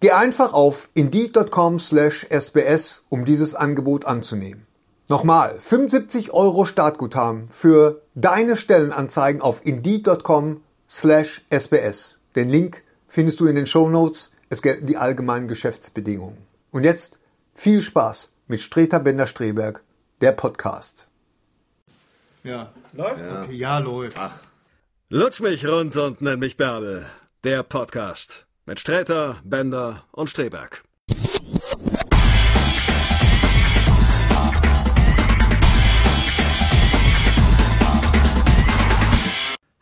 Geh einfach auf indeed.com slash sbs, um dieses Angebot anzunehmen. Nochmal, 75 Euro Startguthaben für deine Stellenanzeigen auf indeed.com slash sbs. Den Link findest du in den Shownotes. Es gelten die allgemeinen Geschäftsbedingungen. Und jetzt viel Spaß mit Streter Bender-Streberg, der Podcast. Ja. Läuft? Ja, okay, ja läuft. Ach. Lutsch mich rund und nenn mich Bärbel. Der Podcast mit Sträter, Bender und Streberg.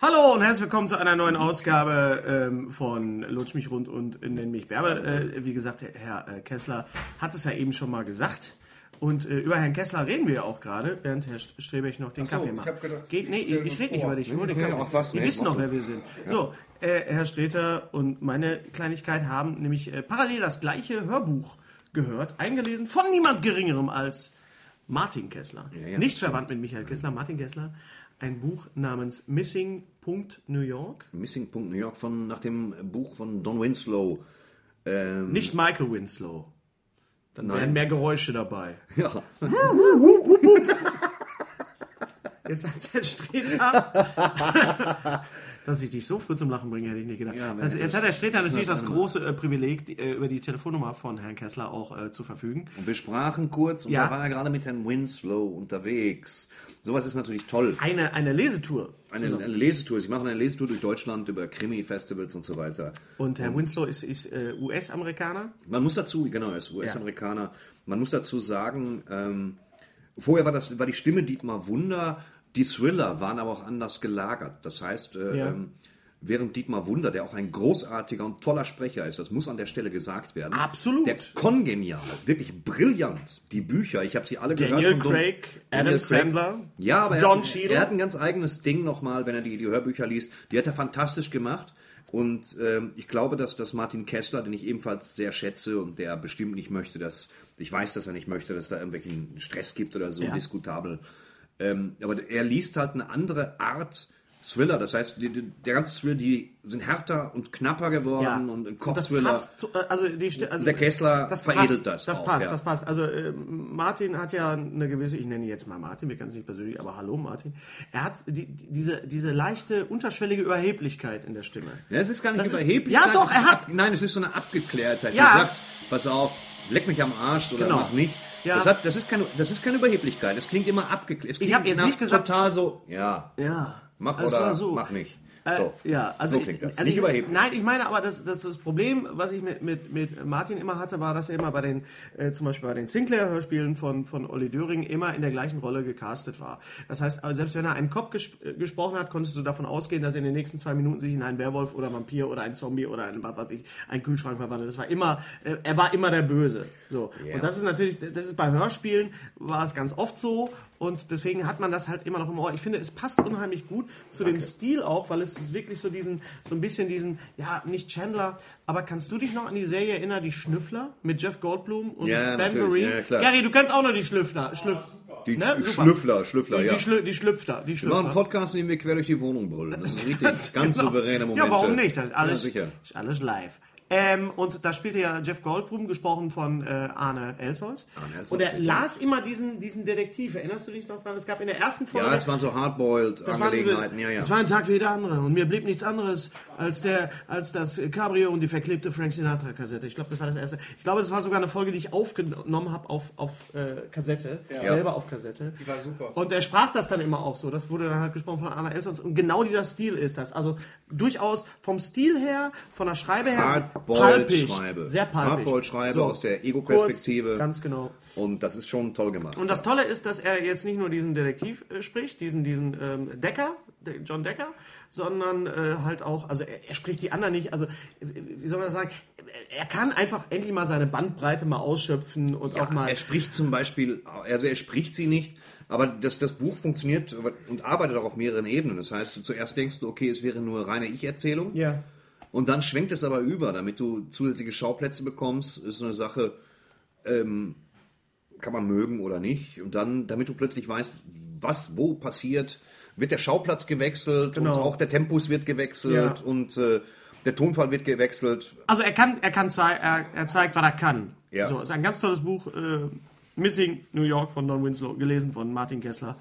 Hallo und herzlich willkommen zu einer neuen Ausgabe ähm, von Lutsch mich rund und nenn mich Bärbel. Äh, wie gesagt, Herr äh, Kessler hat es ja eben schon mal gesagt. Und äh, über Herrn Kessler reden wir ja auch gerade, während Herr Strebech noch den so, Kaffee ich macht. hab gedacht, Geht, nee, stell ich, ich rede uns nicht vor. über dich, nur den Nee, Kaffee. ach was, Die nee, wissen mach noch, du. wer wir sind. So, äh, Herr Streter und meine Kleinigkeit haben nämlich äh, parallel das gleiche Hörbuch gehört, eingelesen von niemand Geringerem als Martin Kessler. ja, nicht verwandt mit Michael Kessler, Martin Kessler. Ein Buch namens Missing. New York. Missing Punkt New York von nach dem Buch von Don Winslow. Nicht Michael Winslow. Dann Nein. wären mehr Geräusche dabei. Ja. Jetzt hat Herr Streter, dass ich dich so früh zum Lachen bringe, hätte ich nicht gedacht. Ja, wenn also, das- jetzt hat Herr Streter das natürlich das ist eine- große äh, Privileg, die, äh, über die Telefonnummer von Herrn Kessler auch äh, zu verfügen. Und wir sprachen kurz und Ja. da war er gerade mit Herrn Winslow unterwegs. Sowas ist natürlich toll. Eine, eine Lesetour. Eine, eine Lesetour. Sie machen eine Lesetour durch Deutschland über Krimi-Festivals und so weiter. Und Herr Winslow ist, ist äh, US-Amerikaner. Man muss dazu, genau, er ist US-Amerikaner, man muss dazu sagen, ähm, vorher war, das, war die Stimme Dietmar Wunder, die Thriller waren aber auch anders gelagert. Das heißt, äh, Ja. ähm, während Dietmar Wunder, der auch ein großartiger und toller Sprecher ist, das muss an der Stelle gesagt werden. Absolut. Der kongenial, wirklich brillant. Die Bücher, ich habe sie alle Daniel gehört. von Don- Craig, Adam Sandler, Ja, aber Don er, Cheadle. er hat ein ganz eigenes Ding nochmal, wenn er die, die Hörbücher liest. Die hat er fantastisch gemacht. Und ähm, ich glaube, dass, dass Martin Kessler, den ich ebenfalls sehr schätze und der bestimmt nicht möchte, dass, ich weiß, dass er nicht möchte, dass da irgendwelchen Stress gibt oder so, Ja. diskutabel. Ähm, aber er liest halt eine andere Art Thriller. Das heißt, die, die, der ganze Thriller, die sind härter und knapper geworden und ein das Kopfthriller. passt, zu- äh, also die, Sti- also Der Kessler das veredelt passt, das Das auch, passt, ja. das passt. Also ähm, Martin hat ja eine gewisse, ich nenne ihn jetzt mal Martin, wir kennen es nicht persönlich, aber hallo Martin. Er hat die, die- diese, diese leichte, unterschwellige Überheblichkeit in der Stimme. Ja, es ist gar nicht Das ist- überheblich. Ja, nein, doch, es ist er hat- Ab, nein, es ist so eine Abgeklärtheit. Ja. Die sagt, pass auf, leck mich am Arsch oder Genau. mach nicht. Ja. Das, hat, das, ist keine, das ist keine Überheblichkeit. Das klingt immer abgeklärt. Ich hab jetzt nicht gesagt- Total so, ja, Ja. mach Es oder war so. mach nicht. Äh, So. ja, also, so klingt das. ich, also nicht ich, überheblich. Nein, ich meine aber, das, das, das Problem, was ich mit, mit, mit Martin immer hatte, war, dass er immer bei den, äh, zum Beispiel bei den Sinclair-Hörspielen von, von Olli Döring immer in der gleichen Rolle gecastet war. Das heißt, also selbst wenn er einen Kopf ges äh, gesprochen hat, konntest du davon ausgehen, dass er in den nächsten zwei Minuten sich in einen Werwolf oder Vampir oder einen Zombie oder einen, was weiß ich, einen Kühlschrank verwandelt. Das war immer, äh, er war immer der Böse. So. Ja. Und das ist natürlich, das ist bei Hörspielen war es ganz oft so und deswegen hat man das halt immer noch im Ohr. Ich finde, es passt unheimlich gut zu dem Stil auch, weil es ist wirklich so diesen, so ein bisschen diesen, ja, nicht Chandler, aber kannst du dich noch an die Serie erinnern, die Schnüffler mit Jeff Goldblum und Ja, Ben natürlich. Vereen? Ja, ja, klar. Gary, du kennst auch noch die Schlüffler, Schlüff, Die ne? die Super. Schlüffler, Schlüffler, die, ja. die, Schlü die Schlüpfter, die wir machen einen Schlüpfter. Podcast, in dem wir quer durch die Wohnung brüllen. Das ist richtig. ganz Genau. souveräne Momente. Ja, warum nicht? Das ist alles, Ja, sicher. ist alles live. Ähm, und da spielte ja Jeff Goldblum, gesprochen von äh, Arne Elsholz. Arne Elsholz, und er sicher. las immer diesen, diesen Detektiv. Erinnerst du dich noch dran? Es gab in der ersten Folge. Ja, es waren so hardboiled Das waren diese- Angelegenheiten. Ja, ja. Es war ein Tag wie jeder andere und mir blieb nichts anderes als der, als das Cabrio und die verklebte Frank Sinatra Kassette. Ich glaube, das war das erste. Ich glaube, das war sogar eine Folge, die ich aufgenommen habe auf, auf äh, Kassette, selber auf Kassette. Die war super. Und er sprach das dann immer auch so. Das wurde dann halt gesprochen von Anna Elsons und genau dieser Stil ist das. Also durchaus vom Stil her, von der Schreibe her, palpig, Hardboiled-Schreibe. sehr palpig. Hardboiled-Schreibe So. aus der Kurz, Ego-Perspektive. Ganz genau. Und das ist schon toll gemacht. Und das Tolle ist, dass er jetzt nicht nur diesen Detektiv äh, spricht, diesen, diesen ähm, Decker, De- John Decker, sondern äh, halt auch, also er, er spricht die anderen nicht, also äh, wie soll man das sagen, er kann einfach endlich mal seine Bandbreite mal ausschöpfen und auch mal... Er spricht zum Beispiel, also er spricht sie nicht, aber das, das Buch funktioniert und arbeitet auch auf mehreren Ebenen. Das heißt, du zuerst denkst du, okay, es wäre nur reine Ich-Erzählung. Ja. Und dann schwenkt es aber über, damit du zusätzliche Schauplätze bekommst. Ist so eine Sache, ähm, kann man mögen oder nicht. Und dann, damit du plötzlich weißt, was wo passiert, wird der Schauplatz gewechselt Genau. und auch der Tempus wird gewechselt Ja. und äh, der Tonfall wird gewechselt. Also er kann, er kann, zei- er, er zeigt, was er kann. Ja. So, ist ein ganz tolles Buch, äh, Missing New York von Don Winslow, gelesen von Martin Kessler.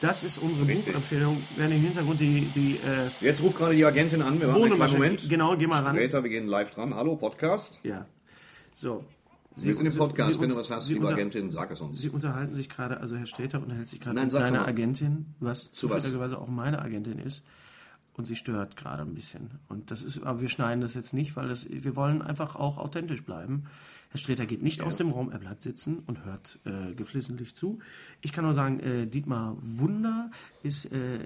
Das ist unsere Buchempfehlung. Während im Hintergrund die, die äh, Jetzt ruft gerade die Agentin an. Wir machen einen kleinen Bohnenmasche- Moment. Genau, geh mal ran. Greta, wir gehen live dran. Hallo, Podcast. Ja. So. Sie, Wir sind im Podcast. Sie- Wenn du was hast, Sie- liebe unter- Agentin, sag es uns. Sie unterhalten sich gerade, also Herr Städter unterhält sich gerade Nein, mit sag doch seiner mal. Agentin, was was? zufälligerweise auch meine Agentin ist. Und sie stört gerade ein bisschen. Und das ist, aber wir schneiden das jetzt nicht, weil das, wir wollen einfach auch authentisch bleiben. Herr Sträter geht nicht aus dem Raum, er bleibt sitzen und hört äh, geflissentlich zu. Ich kann nur sagen, äh, Dietmar Wunder ist äh, äh,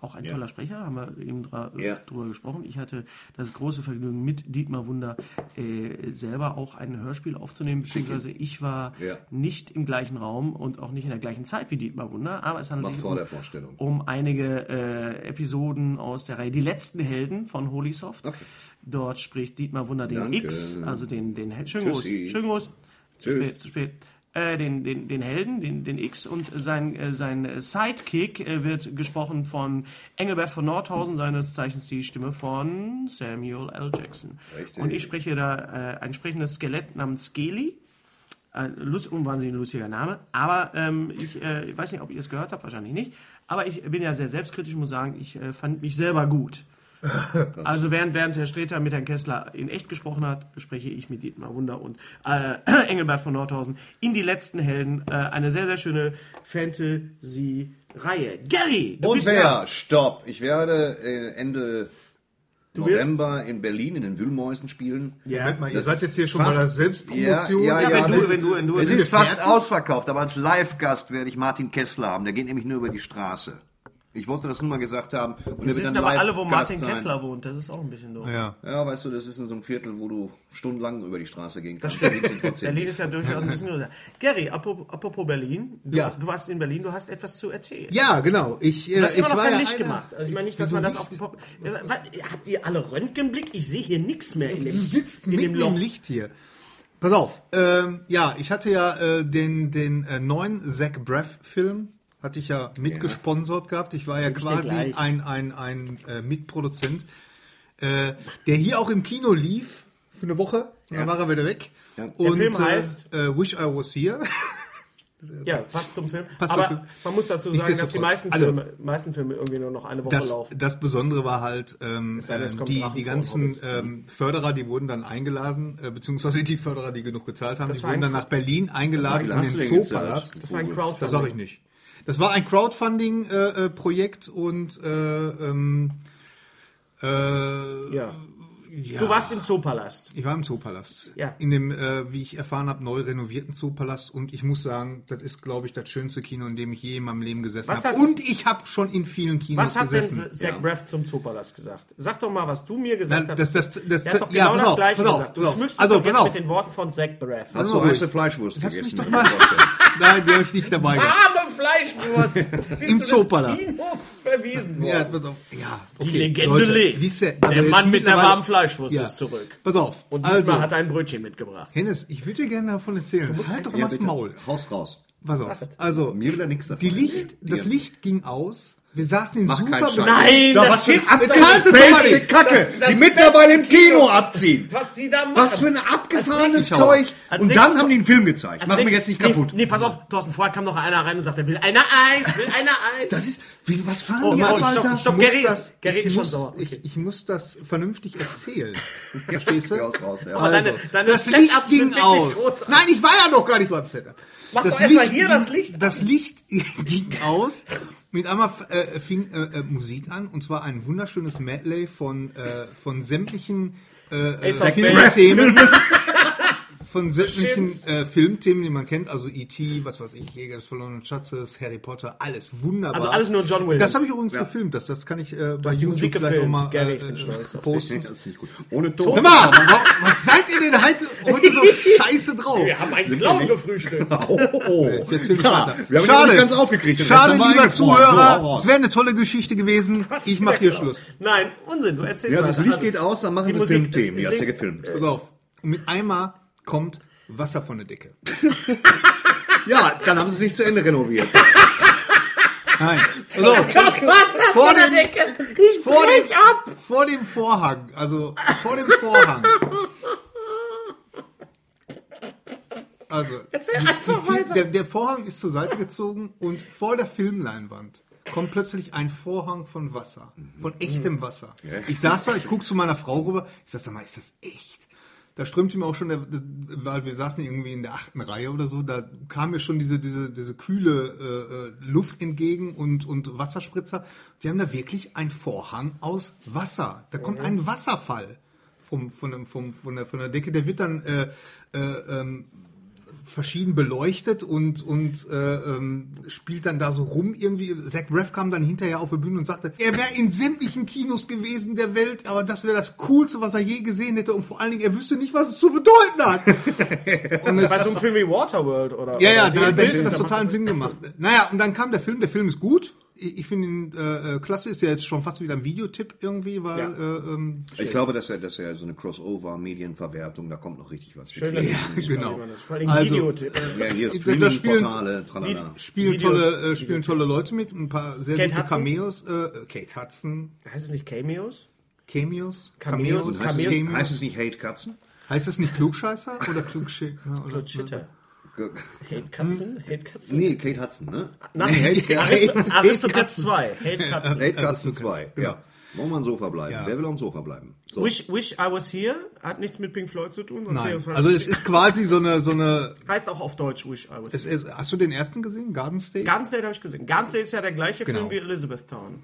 auch ein toller Sprecher, haben wir eben dra äh, Ja. drüber gesprochen. Ich hatte das große Vergnügen, mit Dietmar Wunder äh, selber auch ein Hörspiel aufzunehmen, beziehungsweise ich war Ja. nicht im gleichen Raum und auch nicht in der gleichen Zeit wie Dietmar Wunder, aber es handelt Mach sich vor um, der Vorstellung. um einige äh, Episoden aus der Reihe Die letzten Helden von Holysoft. Dort spricht Dietmar Wunder den Danke. X, also den, den Hel- schönen Gruß, Tschüssi. schönen Gruß, zu Tschüss. spät, zu spät. Äh, den, den, den Helden, den, den X und sein, äh, sein äh, Sidekick äh, wird gesprochen von Engelbert von Nordhausen, seines Zeichens die Stimme von Samuel L. Jackson. Richtig. Und ich spreche da äh, ein sprechendes Skelett namens Skelly ein lust unwahnsinnig lustiger Name. Aber ähm, ich äh, weiß nicht, ob ihr es gehört habt, wahrscheinlich nicht. Aber ich bin ja sehr selbstkritisch, muss sagen, ich äh, fand mich selber gut. also während, während Herr Streter mit Herrn Kessler in echt gesprochen hat, spreche ich mit Dietmar Wunder und äh, Engelbert von Nordhausen in die letzten Helden. Äh, eine sehr, sehr schöne Fantasy-Reihe. Gary, du Und bist wer? da. Stopp. Ich werde äh, wirst- Ende November in Berlin in den Wühlmäusen spielen. Moment mal, ihr Das seid jetzt hier ist schon bei der fast- Selbstpromotion. Ja, ja, ja, wenn das- du, wenn du, wenn du. Es wenn ist du- fast fertig? ausverkauft, aber als Live-Gast werde ich Martin Kessler haben. Der geht nämlich nur über die Straße. Ich wollte das nur mal gesagt haben. Und der Es wird wissen dann aber alle, wo Live-Gast Martin sein. Kessler wohnt. Das ist auch ein bisschen doof. Ja. Ja, weißt du, das ist in so einem Viertel, wo du stundenlang über die Straße gehen kannst. Das stimmt. Berlin ist ja durchaus ein bisschen größer. Gary, apropos, apropos Berlin, du, Ja. du warst in Berlin, du hast etwas zu erzählen. Ja, genau. Ich, äh, Du hast ich immer noch war kein ja Licht einer- gemacht. Also ich meine nicht, dass Wieso man das nicht? auf dem Pop... Ja, was- Habt ihr alle Röntgenblick? Ich sehe hier nichts mehr in dem Du sitzt in dem mitten Loch. im Licht hier. Pass auf. Ähm, ja, ich hatte ja äh, den, den äh, neuen Zach Braff-Film, hatte ich ja mitgesponsert gehabt. Ich war ja dir quasi gleich. ein, ein, ein äh, Mitproduzent, äh, der hier auch im Kino lief für eine Woche. Dann war er wieder weg. Und, Film äh, heißt? Äh, Wish I Was Here. Ja, passt zum Film. Passt zum Aber Film. man muss dazu sagen, dass die Nichtsdestotrotz. meisten Also- Filme, meisten Filme irgendwie nur noch eine Woche Das, laufen. das Besondere war halt, ähm, sei denn, es ähm, kommt die, Drachen die vor, ganzen Hobbits. ähm, Förderer, die wurden dann eingeladen, äh, beziehungsweise die Förderer, die genug gezahlt haben, die war wurden ein dann Cro- nach Berlin eingeladen Hast in du den denn Zoopalast. gezahlt? Das war ein Crowdfunding. Das sage ich nicht. Das war ein Crowdfunding-Projekt und äh, ähm, äh, Ja. ja, Du warst im Zoopalast. ich war im Zoopalast. Ja. In dem, äh, wie ich erfahren habe, neu renovierten Zoopalast. Und ich muss sagen, das ist, glaube ich, das schönste Kino, in dem ich je in meinem Leben gesessen Was habe. hat- Und ich habe schon in vielen Kinos Was hat denn gesessen. Zach Braff zum Zoopalast gesagt? Sag doch mal, was du mir gesagt Nein, hast. das- das- das- Der hat doch ja, genau pass das auf, Gleiche pass auf, gesagt. Du pass auf. schmückst Also, dich doch jetzt pass mit auf. den Worten von Zach Braff. Hast Lass du mal heiße Fleischwurst Lass mich gegessen? doch mal. Nein, die habe ich nicht dabei gehabt. Arme Fleischwurst! Bist Im du des Zoopalast. Kinos verwiesen worden. Ja, pass auf. Ja, okay. Legende Leute, lebt. wisst ihr, also Der jetzt Mann mit der mittlerweile- warmen Fleischwurst ist zurück. Pass auf. Und diesmal also, hat er ein Brötchen mitgebracht. Hennes, ich würde dir gerne davon erzählen. Halt doch mal das Maul. Haus raus. Pass auf. Also, Mir will er nichts davon die Licht, das erzählen. Licht ging aus Wir saßen in Mach keinen super Scheiß. Nein, Da das was für gibt ein ab- Jetzt Das haltet ist doch mal die Basic Kacke. das die mittlerweile im beste Kino. Kino abziehen. was die da machen. Was für ein abgefahrenes nächstes Schauer. Zeug. Als Und nächstes dann haben die einen Film gezeigt. Als Machen wir nächstes- jetzt nicht nee, kaputt. Nee, pass auf, Thorsten, vorher kam noch einer rein und sagte, will einer Eis, will einer Eis. Das ist, wie, was fahren Oh, die oh, ab, stopp, Alter? stopp, Ich muss Gary ist- das- Gary ich ist schon muss- sauer. Ich, ich muss das vernünftig erzählen. Verstehst du? Ja, ist raus, ja. Aber Also, deine- deine das Setups Licht ging sind wirklich aus. großartig. Nein, ich war ja noch gar nicht beim Setup. Mach doch erst mal hier das Licht an. Das Licht ging aus. Mit einmal äh, fing äh, äh, Musik an und zwar ein wunderschönes Medley von, äh, von sämtlichen äh, äh, Ace of Base. Filmthemen. von sämtlichen äh, Filmthemen, die man kennt, also E.T., was weiß ich, Jäger des verlorenen Schatzes, Harry Potter, alles wunderbar. Also alles nur John Williams. Das habe ich übrigens gefilmt, das, das kann ich äh, bei hast die YouTube Musik vielleicht auch gefilmt, mal Gary, äh, ich bin stolz äh, auf posten. Das ist nicht gut. Ohne Ton. Sag mal, wa- was seid ihr denn heute, heute so scheiße drauf? Wir haben einen Clown gefrühstückt. Genau. Oh, oh. Jetzt bin ich Ja, weiter. wir haben ihn Schade, nicht ganz aufgekriegt. Schade, Das haben wir lieber eingefroren. Zuhörer, So, es wäre eine tolle Geschichte gewesen. Ich mache hier Schluss. Nein, Unsinn, du erzählst Ja, weiter. das Licht Also, geht aus, dann machen die sie Musik Filmthemen. ist- Die ist hast du ja link- gefilmt. Pass auf. Und mit einmal kommt Wasser von der Decke. Ja, dann haben sie es nicht zu Ende renoviert. Nein. Pass auf. Wasser Vor von der dem- Decke. Ich Vor brech ab. dem, vor dem Vorhang, also vor dem Vorhang. Also, Erzähl einfach weiter. der, der Vorhang ist zur Seite gezogen und vor der Filmleinwand kommt plötzlich ein Vorhang von Wasser, von echtem Wasser. Ich saß da, ich guck zu meiner Frau rüber, ich sag, sag mal, ist das echt? Da strömte mir auch schon, der, weil wir saßen irgendwie in der achten Reihe oder so, da kam mir schon diese, diese, diese kühle äh, äh, Luft entgegen und, und Wasserspritzer. Die haben da wirklich einen Vorhang aus Wasser. Da kommt ein Wasserfall vom, von, dem- vom, von, der, von der Decke. Der wird dann äh, äh, ähm, verschieden beleuchtet und, und äh, ähm, spielt dann da so rum irgendwie. Zach Braff kam dann hinterher auf die Bühne und sagte, er wäre in sämtlichen Kinos gewesen der Welt, aber das wäre das Coolste, was er je gesehen hätte und vor allen Dingen, er wüsste nicht, was es zu bedeuten hat. und es, Bei so einem Film wie Waterworld oder ja, ja, oder da, die da Bild- ist das totalen Sinn gemacht. Naja, und dann kam der Film, der Film ist gut. Ich, ich finde ihn äh, äh, klasse, ist ja jetzt schon fast wieder ein Videotipp irgendwie, weil Ja. äh, ähm, Ich glaube, dass er, dass er so eine Crossover-Medienverwertung, da kommt noch richtig was. Schön, dass ja. ich nicht genau. mal jemand ist. Vor allem Also, Videotipp. Ja, hier Da spielen- Streaming-Portale, tralala. spielen Video- tolle äh, spielen tolle Leute mit, ein paar sehr Kate gute Hudson? Cameos, äh, Kate Hudson, Äh, Heißt es nicht Cameos? Cameos? Cameos? Cameos? Heißt, Cameos- es, heißt es nicht Hate Katzen? Heißt es nicht Klugscheißer oder Klugschäfer? oder- Shit. Hate Hm? Katzen? Hate Katzen? Nee, Kate Hudson, ne? Nein, Arist- Aristocats 2. Hate Äh, Katzen. Hate Katzen 2. genau. Ja. Wollen wir am Sofa bleiben? Wer will auf dem Sofa bleiben? So. Wish, Wish I Was Here hat nichts mit Pink Floyd zu tun. Sonst wäre Nein. es was- Also es ist quasi so eine so eine. heißt auch auf Deutsch Wish I Was Es Here. ist, hast du den ersten gesehen? Garden State? Guns Day habe ich gesehen. Guns Day ist ja der gleiche Genau. Film wie Elizabethtown.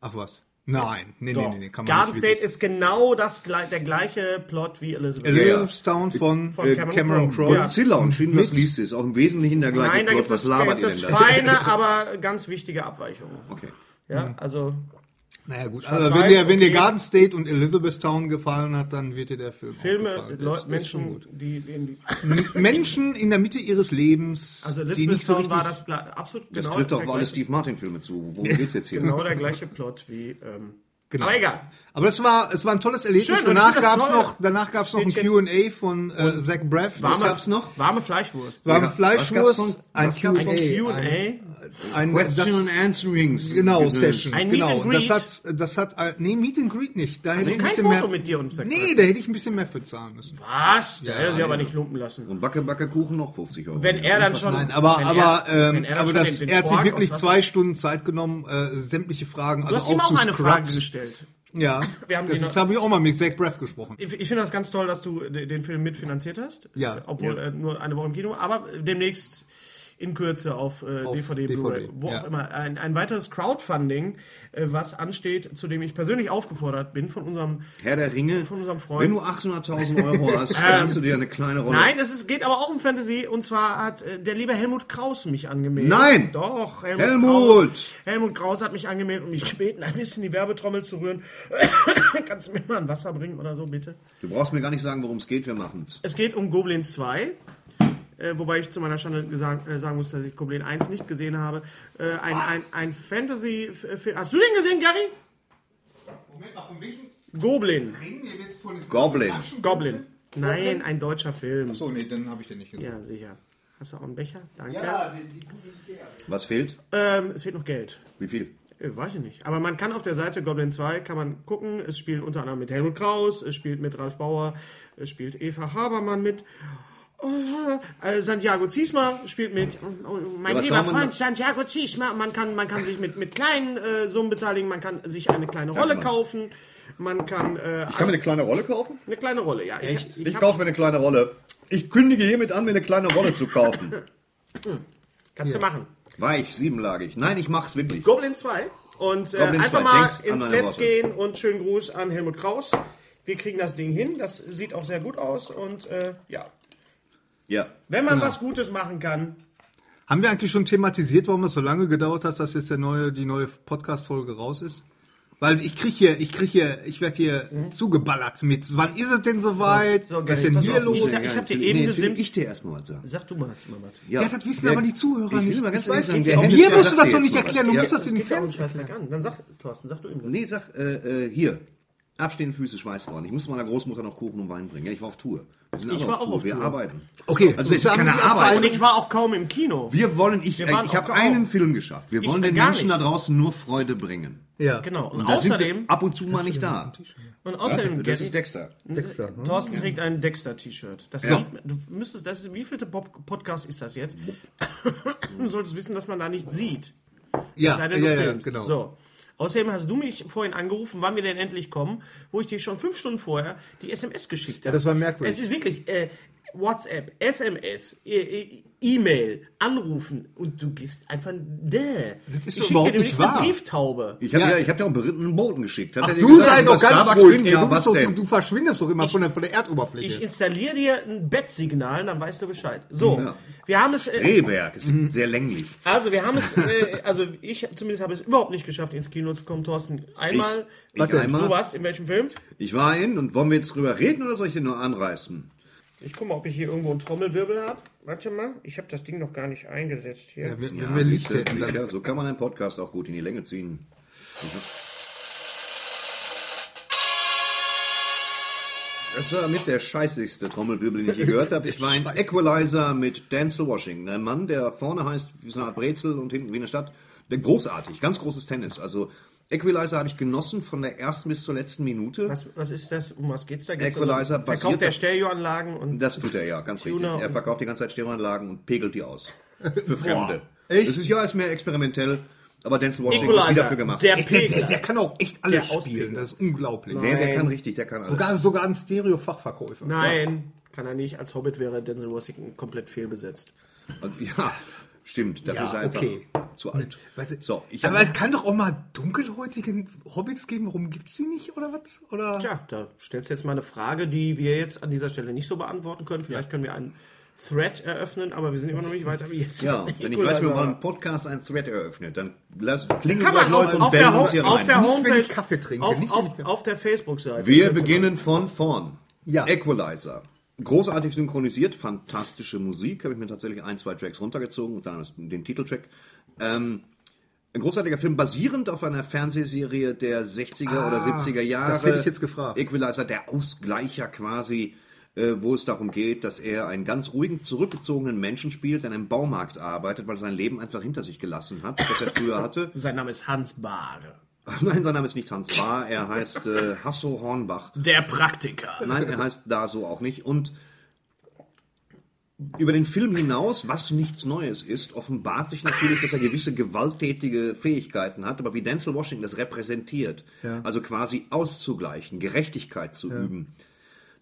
Ach was? Nein, nee, nee, Doch. nee, nee, kann man Garden nicht. State wirklich. ist genau das, gle- der gleiche Plot wie Elizabeth. Elizabethtown von, Von äh, Cameron Cameron, Crowe. Crowe. Ja. Godzilla und Schindlers Liste ist auch im Wesentlichen der gleiche Nein, da Plot. gibt Was es, da labert gibt ihr denn es da? feine, aber ganz wichtige Abweichungen. Okay. Mhm. Ja, also Naja gut, also weiß, wenn dir, wenn dir okay. Garden State und Elizabethtown gefallen hat, dann wird dir der Film auch Filme, gefallen. Der ist- Leute, der ist schon Menschen, die, die, die gut. Menschen in der Mitte ihres Lebens, also die nicht so Elizabethtown richtig... war das gle- absolut Das genau, trifft der auch auf alle gleiche, Steve Martin-Filme zu. Worum geht's jetzt hier? genau der gleiche Plot wie. Ähm, Genau. Aber egal. Aber das war, es war ein tolles Erlebnis. Schön, und ich danach finde das gab's toll. noch, danach gab's noch ein Steht Q&A von äh, Zach Braff. Warme, Das gab's noch? Warme Fleischwurst. War ein Was gab's Fleischwurst, sonst? ein Was gab's Q&A. sonst? Q&A. Ein, ein Question and das, Answerings. genau, Session. Ein Meet genau. and Greet. Das hat, das hat, äh, nee, Meet and Greet nicht. Da hätte ich ein kein bisschen Foto mehr, mit dir und Zach Nee, Braff. da hätte ich ein bisschen mehr für zahlen müssen. Was? Der hätte sich aber nicht lumpen lassen. Und Backe, Backe, Kuchen noch 50 Euro. Wenn er dann schon. Nein, aber, wenn aber, er- wenn ähm, er dann aber schon das, den- den er hat sich Quark wirklich aus- zwei Stunden Zeit genommen, äh, sämtliche Fragen, Du also hast ihm auch zu auch eine Frage Scrubs. gestellt. Ja, Wir haben die das noch- ist- habe ich auch mal mit Zach Braff gesprochen. Ich, ich finde das ganz toll, dass du de- den Film mitfinanziert hast. Ja. Obwohl Äh, nur eine Woche im Kino, aber äh, demnächst in Kürze auf, äh, Auf DVD, Blu-ray, DVD, wo ja. auch immer. Ein, ein weiteres Crowdfunding, äh, was ansteht, zu dem ich persönlich aufgefordert bin von unserem. Herr der Ringe, Von unserem Freund. wenn du 800.000 Euro hast, kannst du dir eine kleine Rolle. Nein, es ist, geht aber auch um Fantasy und zwar hat äh, der liebe Helmut Kraus mich angemeldet. Nein! Doch, Helmut! Kraus, Helmut Kraus hat mich angemeldet und mich gebeten, ein bisschen die Werbetrommel zu rühren. Kannst du mir mal ein Wasser bringen oder so, bitte? Du brauchst mir gar nicht sagen, worum es geht, wir machen's. Es geht um Goblins 2. Äh, wobei ich zu meiner Schande gesagt, äh, sagen muss, dass ich Goblin 1 nicht gesehen habe. Äh, ein ein, ein Fantasy-Film. Hast du den gesehen, Gary? Moment mal, von welchen Goblin. Ringen hier jetzt von Goblin. Goblin. Nein, ein deutscher Film. So, nee, dann habe ich den nicht gesehen. Ja, sicher. Hast du auch einen Becher? Danke. die, die gute Idee. Was fehlt? Ähm, es fehlt noch Geld. Wie viel? Äh, Weiß ich nicht. Aber man kann auf der Seite Goblin 2 kann man gucken. Es spielen unter anderem mit Helmut Kraus, es spielt mit Ralf Bauer, es spielt Eva Habermann mit. Äh, Santiago Ziesma spielt mit. Oh, oh, mein was lieber haben wir Freund noch? Santiago Ziesma. Man kann, man kann sich mit, mit kleinen äh, Summen beteiligen, man kann sich eine kleine Rolle man. kaufen, man kann, äh, Ich kann mir eine kleine Rolle kaufen? eine kleine Rolle, ja. Echt? Ich, Ich hab- kaufe mir eine kleine Rolle. Ich kündige hiermit an, mir eine kleine Rolle zu kaufen. kannst du machen. Weich, siebenlagig. Nein, ich mach's wirklich. Goblin 2. Und äh, Goblin einfach 2, mal denkt an ins meine Netz Worte. gehen und schönen Gruß an Helmut Kraus. Wir kriegen das Ding hin. Das sieht auch sehr gut aus. Und äh, ja, Ja. wenn man was Gutes machen kann, Haben wir eigentlich schon thematisiert, warum es so lange gedauert hat, dass jetzt der neue, die neue Podcast-Folge raus ist? Weil ich krieg hier, ich krieg hier, ich werde hier Mhm. zugeballert mit, wann ist es denn soweit? was ist denn pass hier auf, ich los? sag- ich hab dir Entschuldigung. eben jetzt will gesimst- Ich dir erstmal was sagen. sag du mal was, Mama. Ja, Ja, das wissen Der- aber die Zuhörer Ich nicht. will mal ganz Ich weiß ehrlich sagen, nicht, der aber Hennes, mir der musst du sagt das dir doch jetzt nicht mal was. erklären, du Ja. musst das in den Fans. scheiße an. Dann sag, Thorsten, sag du ihm. Nee, sag, äh, äh, hier. Abstehende Füße, Schweißkorn. Ich muss meiner Großmutter noch Kuchen und Wein bringen. Ja, ich war auf Tour. Wir sind alle Ich war auch auf Wir Tour. arbeiten. Okay, Also es ist zusammen keine die Arbeit. Und ich war auch kaum im Kino. Wir wollen, ich, äh, waren ich habe auch- einen Film geschafft. Wir wollen den gar Menschen nicht. da draußen nur Freude bringen. Ja. Genau. Und, Und da außerdem, sind wir ab und zu mal nicht da. und außerdem Das Gary, äh, ist Dexter. Dexter, hm? Thorsten trägt ein Dexter-T-Shirt. Das sieht man, du müsstest, das ist, wie vielte Pop- Podcast ist das jetzt? du solltest wissen, dass man da nicht sieht. Ja, Es sei ja, denn, du ja, filmst. genau. So. Außerdem hast du mich vorhin angerufen, wann wir denn endlich kommen, wo ich dir schon fünf Stunden vorher die SMS geschickt habe. das war merkwürdig. Es ist wirklich äh, WhatsApp, SMS, e- e- E-Mail, anrufen und du bist einfach däh. Das ist doch ich schick dir überhaupt demnächst nicht eine wahr. Brieftaube. Ich habe Ja. ja. ich hab dir auch einen berittenen Boten geschickt. Hat Ach, er dir du gesagt, sei über doch ganz Starbucks ruhig. bin? ey, Ja, du, was bist doch, du, denn? du verschwindest doch immer von, der, von der Erdoberfläche. Ich installiere dir ein Bettsignal, dann weißt du Bescheid. So, wir haben es. Äh, Rehberg. Es wird Mhm. sehr länglich. also wir haben es. Äh, also ich zumindest habe es überhaupt nicht geschafft, ins Kino zu kommen. Thorsten, einmal. Ich- ich einmal. Du warst in welchem Film? Ich war in und wollen wir jetzt drüber reden oder soll ich den nur anreißen? Ich gucke mal, ob ich hier irgendwo einen Trommelwirbel habe. Warte mal, ich habe das Ding noch gar nicht eingesetzt hier. Ja, wenn, wenn wir Licht sicher, hätten, dann. sicher. So kann man einen Podcast auch gut in die Länge ziehen. Das war mit der scheißigste Trommelwirbel, den ich je gehört habe. Ich war ein Equalizer mit Denzel Washington. Ein Mann, der vorne heißt wie so eine Art Brezel und hinten wie eine Stadt. Der großartig, ganz großes Tennis. Also Equalizer habe ich genossen von der ersten bis zur letzten Minute. Was, was ist das? Um was geht's da? Geht's Equalizer um, Verkauf basiert der auf- Stereoanlagen und Das tut er ja, ganz richtig. Tuner Er und- verkauft die ganze Zeit Stereoanlagen und pegelt die aus. Für Fremde. Das ist ja ist mehr experimentell, aber Denzel Washington ist wieder Equalizer. dafür gemacht. Der Ey, der, der, der Pegler. kann auch echt alles Der spielen. Ausbilder. Das ist unglaublich. Nee, der kann richtig, der kann alles. Sogar, sogar ein Stereo-Fachverkäufer. Nein, kann er nicht. Als Hobbit wäre Denzel Washington komplett fehlbesetzt. Und, ja, stimmt, dafür Ja, ist er einfach okay. zu alt. Weißt du, So, ich aber hab- es kann doch auch mal dunkelhäutigen Hobbits geben. Warum gibt's die nicht oder was? Oder? Tja, da stellst du jetzt mal eine Frage, die wir jetzt an dieser Stelle nicht so beantworten können. Vielleicht können wir einen Thread eröffnen, aber wir sind immer noch nicht weiter wie jetzt. ja, wenn ich Equalizer. weiß, wie man mal einen Podcast einen Thread eröffnet, dann lass, klingen kann man auf, und auf, bellen der, Ho uns hier auf rein. der Nicht, wenn Homepage, ich Kaffee trinke, auf, nicht, auf, wenn ich- auf der Facebook-Seite. Wir beginnen von vorn. Ja. Equalizer. Großartig synchronisiert, fantastische Musik. Habe ich mir tatsächlich ein, zwei Tracks runtergezogen und dann den Titeltrack. Ähm, ein großartiger Film, basierend auf einer Fernsehserie der 60er oder 70er Jahre. Ah, das hätte ich jetzt gefragt. Equalizer, der Ausgleicher quasi, äh, wo es darum geht, dass er einen ganz ruhigen, zurückgezogenen Menschen spielt, der in einem Baumarkt arbeitet, weil er sein Leben einfach hinter sich gelassen hat, das er früher hatte. Sein Name ist Hans Bahre. Nein, sein Name ist nicht Hans Bahr, er heißt äh, Hasso Hornbach. Der Praktiker. Nein, er heißt da so auch nicht. Und über den Film hinaus, was nichts Neues ist, offenbart sich natürlich, dass er gewisse gewalttätige Fähigkeiten hat, aber wie Denzel Washington das repräsentiert, also quasi auszugleichen, Gerechtigkeit zu üben.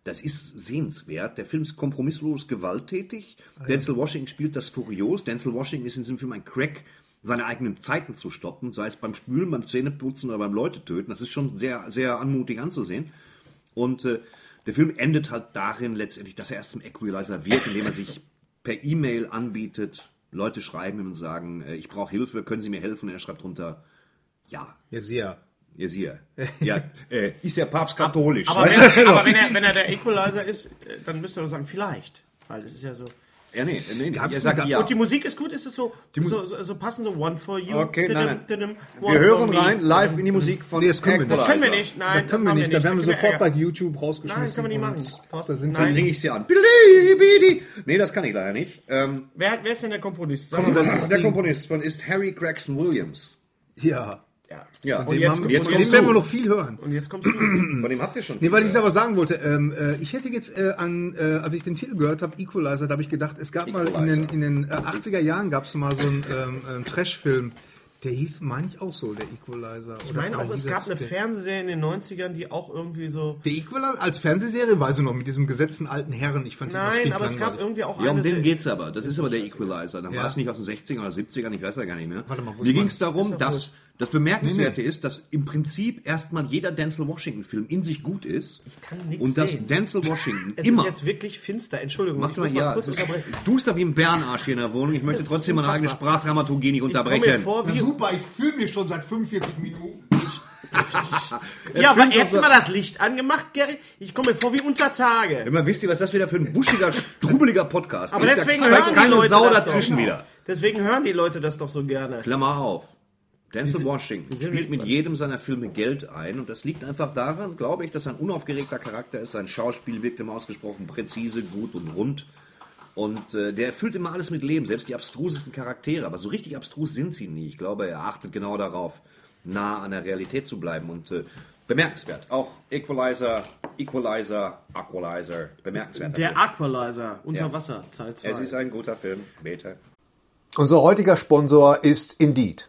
Das ist sehenswert. Der Film ist kompromisslos gewalttätig. Denzel Washington spielt das furios. Denzel Washington ist in diesem Film ein Crack, seine eigenen Zeiten zu stoppen, sei es beim Spülen, beim Zähneputzen oder beim Leute töten. Das ist schon sehr, sehr anmutig anzusehen. Und äh, der Film endet halt darin letztendlich, dass er erst zum Equalizer wird, indem er sich per E-Mail anbietet. Leute schreiben ihm und sagen, äh, ich brauche Hilfe, können Sie mir helfen? Und er schreibt runter, ja, Ja, sehr. ihr seht. Ja, äh, ist der Papst katholisch. ne? Aber, weißt wenn, du? aber wenn, er, wenn er der Equalizer ist, äh, dann müsst ihr doch sagen, vielleicht. Weil es ist ja so. ja, nee, äh, nee, nee. Gab's Er sagt denn ja. Und die Musik ist gut, ist es so, so, so, so passend, so One for You. Okay, nein, nein. one Wir for hören me. rein, also. live in die Musik von Nee, das können wir nicht. Das können wir nicht, nein. das können wir machen nicht. Da werden wir kriegen sofort bei Ärger. YouTube Nein, rausgeschmissen. können wir und nicht machen. Thorsten, Da sind Dann nein. singe ich sie an. Bili, bili. Nee, das kann ich leider nicht. Ähm, Wer, wer ist denn der Komponist? Sag mal, das ist der Komponist von ist Harry Gregson Williams. Ja. Ja. Ja, Und jetzt, haben, und wir- jetzt von dem kommst werden wir du. noch viel hören. Und jetzt kommst du. von dem habt ihr schon. Nee, weil ich viel, es aber sagen wollte, ähm, äh, ich hätte jetzt äh, an, äh, als ich den Titel gehört habe, Equalizer, da habe ich gedacht, es gab mal in den, Equalizer. in den äh, 80er Jahren gab es mal so einen ähm, ähm, Trash-Film, der hieß, meine ich auch so, der Equalizer. Ich meine auch, es gab eine Fernsehserie in den 90ern, die auch irgendwie so. Der Equalizer als Fernsehserie, weiß ich noch, mit diesem gesetzten alten Herren, ich fand die Nein, immer aber es gab stinklangweilig. irgendwie auch Ja, um eine. den Serie- geht's aber. Das ist aber der Equalizer. Dann war es nicht aus den 60ern oder 70ern, ich weiß ja gar nicht mehr. Warte mal, wo ist Mir mein- ging es darum, dass das Bemerkenswerte ist, dass im Prinzip erstmal jeder Denzel Washington-Film in sich gut ist. Ich kann nix Und dass sehen. Denzel Washington Es immer. ist jetzt wirklich finster. Entschuldigung, Mach ich du mal, muss mal ja, kurz es ist- unterbrechen. du bist da wie ein Bärenarsch hier in der Wohnung. Ich möchte Das ist trotzdem meine eigene unfassbar. Sprachdramaturgie nicht Ich komme mir unterbrechen. vor, Ja, wie. super, ich fühle mich schon seit 45 Minuten. Ja, aber filmt jetzt unser- mal das Licht angemacht, Gary. Ich komme mir vor wie unter Tage. Immer wisst ihr, was das wieder für ein wuschiger, strubbeliger Podcast Aber ist? deswegen da hören steigt die keine Leute Sau das dazwischen doch. wieder. Deswegen hören die Leute das doch so gerne. Klammer auf. Denzel Washington sind spielt wir- mit jedem seiner Filme Geld ein und das liegt einfach daran, glaube ich, dass er ein unaufgeregter Charakter ist. Sein Schauspiel wirkt immer ausgesprochen präzise, gut und rund. Und äh, der erfüllt immer alles mit Leben, selbst die abstrusesten Charaktere. Aber so richtig abstrus sind sie nie. Ich glaube, er achtet genau darauf, nah an der Realität zu bleiben. Und äh, bemerkenswert. Auch Equalizer, Equalizer, Aqualizer. Bemerkenswert. Der Aqualizer unter Ja. Wasser, Teil 2. es ist ein guter Film. Beta. Unser heutiger Sponsor ist Indeed.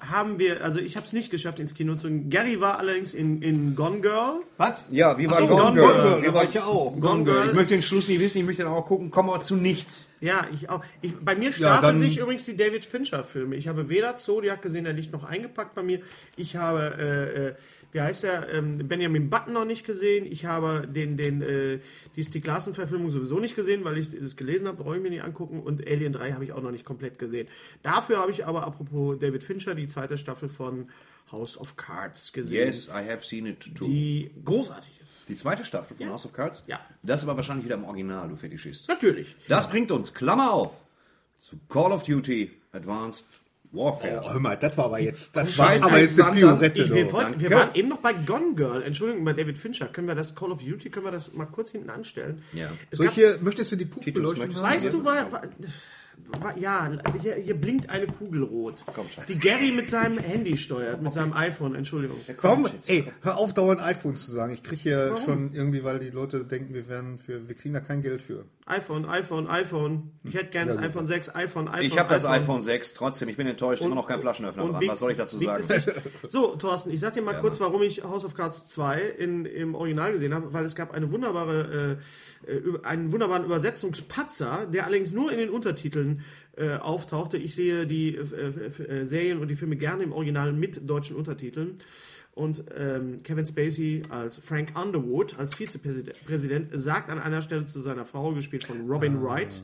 Haben wir, also ich habe es nicht geschafft, ins Kino zu gehen. Gary war allerdings in, in Gone Girl. Was? Ja, wie war so, Gone Gone Girl? Girl. da war ich ja auch. Gone Girl. Ich möchte den Schluss nicht wissen, ich möchte dann auch gucken, komme aber zu nichts. Ja, ich auch. Ich, bei mir stapeln dann- sich übrigens die David Fincher-Filme. Ich habe weder Zodiac gesehen, der liegt noch eingepackt bei mir. Ich habe, äh, äh, wie heißt der, ähm, Benjamin Button noch nicht gesehen. Ich habe den, den, äh, die Stieg Larsen-Verfilmung sowieso nicht gesehen, weil ich es gelesen habe, brauche ich mir nicht angucken. Und Alien 3 habe ich auch noch nicht komplett gesehen. Dafür habe ich aber, apropos David Fincher, die zweite Staffel von House of Cards gesehen. Yes, I have seen it too. Die, Die großartig ist. zweite Staffel von House of Cards? Ja. Das aber wahrscheinlich wieder im Original, du Fetischist. Natürlich. Das bringt uns, Klammer auf, zu Call of Duty Advanced Warfare. Oh, hör mal, das war aber jetzt, das war Scheiße, aber jetzt eine Alexander, Piorette. Ich, du. wir, wollten, wir danke. waren eben noch bei Gone Girl. Entschuldigung, bei David Fincher. Können wir das Call of Duty, können wir das mal kurz hinten anstellen? Ja. Es gab, Solche, möchtest du die Puffbeleuchtung möchtest haben? du- weißt du, war, war, war, ja, hier, hier blinkt eine Kugel rot. die Gary mit seinem Handy steuert, mit seinem iPhone, Entschuldigung. Warum? Ey, hör auf, dauernd iPhones zu sagen. Ich kriege hier schon irgendwie, weil die Leute denken, wir werden für, wir kriegen da kein Geld für. iPhone, iPhone, iPhone. Ich hätte gerne das iPhone 6, iPhone, iPhone. Ich habe das iPhone 6, trotzdem, ich bin enttäuscht, immer noch kein Flaschenöffner und dran. liegt- Was soll ich dazu liegt sagen? es nicht- So, Thorsten, ich sag dir mal kurz, warum ich House of Cards 2 in, im Original gesehen habe, weil es gab eine wunderbare, äh, äh, über- einen wunderbaren Übersetzungspatzer, der allerdings nur in den Untertiteln äh, auftauchte. Ich sehe die äh, f- äh, Serien und die Filme gerne im Original mit deutschen Untertiteln. Und ähm, Kevin Spacey als Frank Underwood, als Vizepräsident, Präsident, sagt an einer Stelle zu seiner Frau, gespielt von Ah. Robin Wright,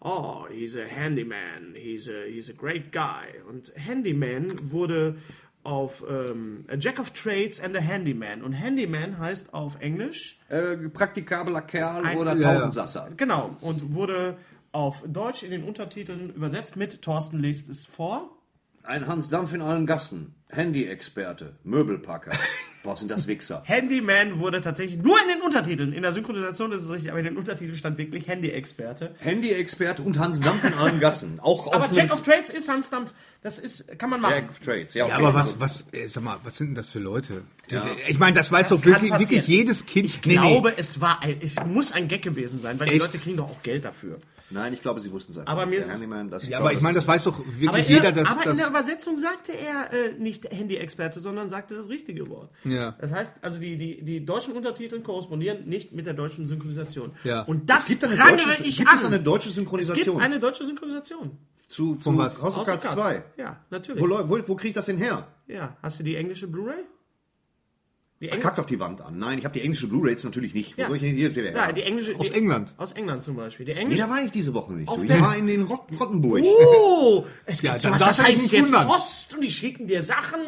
Oh, he's a handyman, he's a, he's a great guy. Und Handyman wurde auf ähm, a Jack of Trades and a Handyman. Und Handyman heißt auf Englisch, Äh, praktikabler Kerl Ein- oder Ja, ja. Tausendsasser. genau, und wurde auf Deutsch in den Untertiteln übersetzt mit Thorsten liest es vor. Ein Hans Dampf in allen Gassen, Handy-Experte, Möbelpacker, Boah, sind das Wichser. Handyman wurde tatsächlich nur in den Untertiteln. In der Synchronisation ist es richtig, aber in den Untertiteln stand wirklich Handy-Experte. Handy-Expert und Hans Dampf in allen Gassen. Auch Aber aus Jack of Trades ist Hans Dampf. Das ist, kann man machen. Jack of Trades. Ja, okay. Aber was, was, äh, sag mal, was sind denn das für Leute? Die- Ja. die- Ich meine, das weiß Das doch kann wirklich, wirklich passieren. jedes Kind. Ich glaube, es war ein, es muss ein Gag gewesen sein, weil die Echt? Leute kriegen doch auch Geld dafür. Nein, ich glaube, sie wussten es einfach. Aber mir Der ist- Handyman, das- Ja, aber ich glaube, meine, das- das weiß doch wirklich Aber, jeder, er, dass aber in das. der Übersetzung sagte er äh, nicht Handy-Experte, sondern sagte das richtige Wort. Ja. Das heißt, also die, die, die deutschen Untertitel korrespondieren nicht mit der deutschen Synchronisation. Ja. Und das Gibt eine prangere deutsche, ich gibt an. es eine deutsche es gibt Synchronisation eine deutsche Synchronisation. zu, zu Von was? Hosoka Außer Cars. 2? Ja, natürlich. Wo, läu- wo, wo kriege ich das denn her? Ja, hast du die englische Blu-ray? Die Ah, Engl Kack doch die Wand an. Nein, ich habe die englische Blu-ray jetzt natürlich nicht. Wo Ja. soll ich denn hier her? ja, die englische Aus die, England. Aus England zum Beispiel. Die nee, englische. da war ich diese Woche nicht. Auf du. Ich der- war in den Rott Rottenburg. Oh, es Ja, gibt dann sowas, darfst das du dich heißt nicht jetzt wundern. Post und die schicken dir Sachen.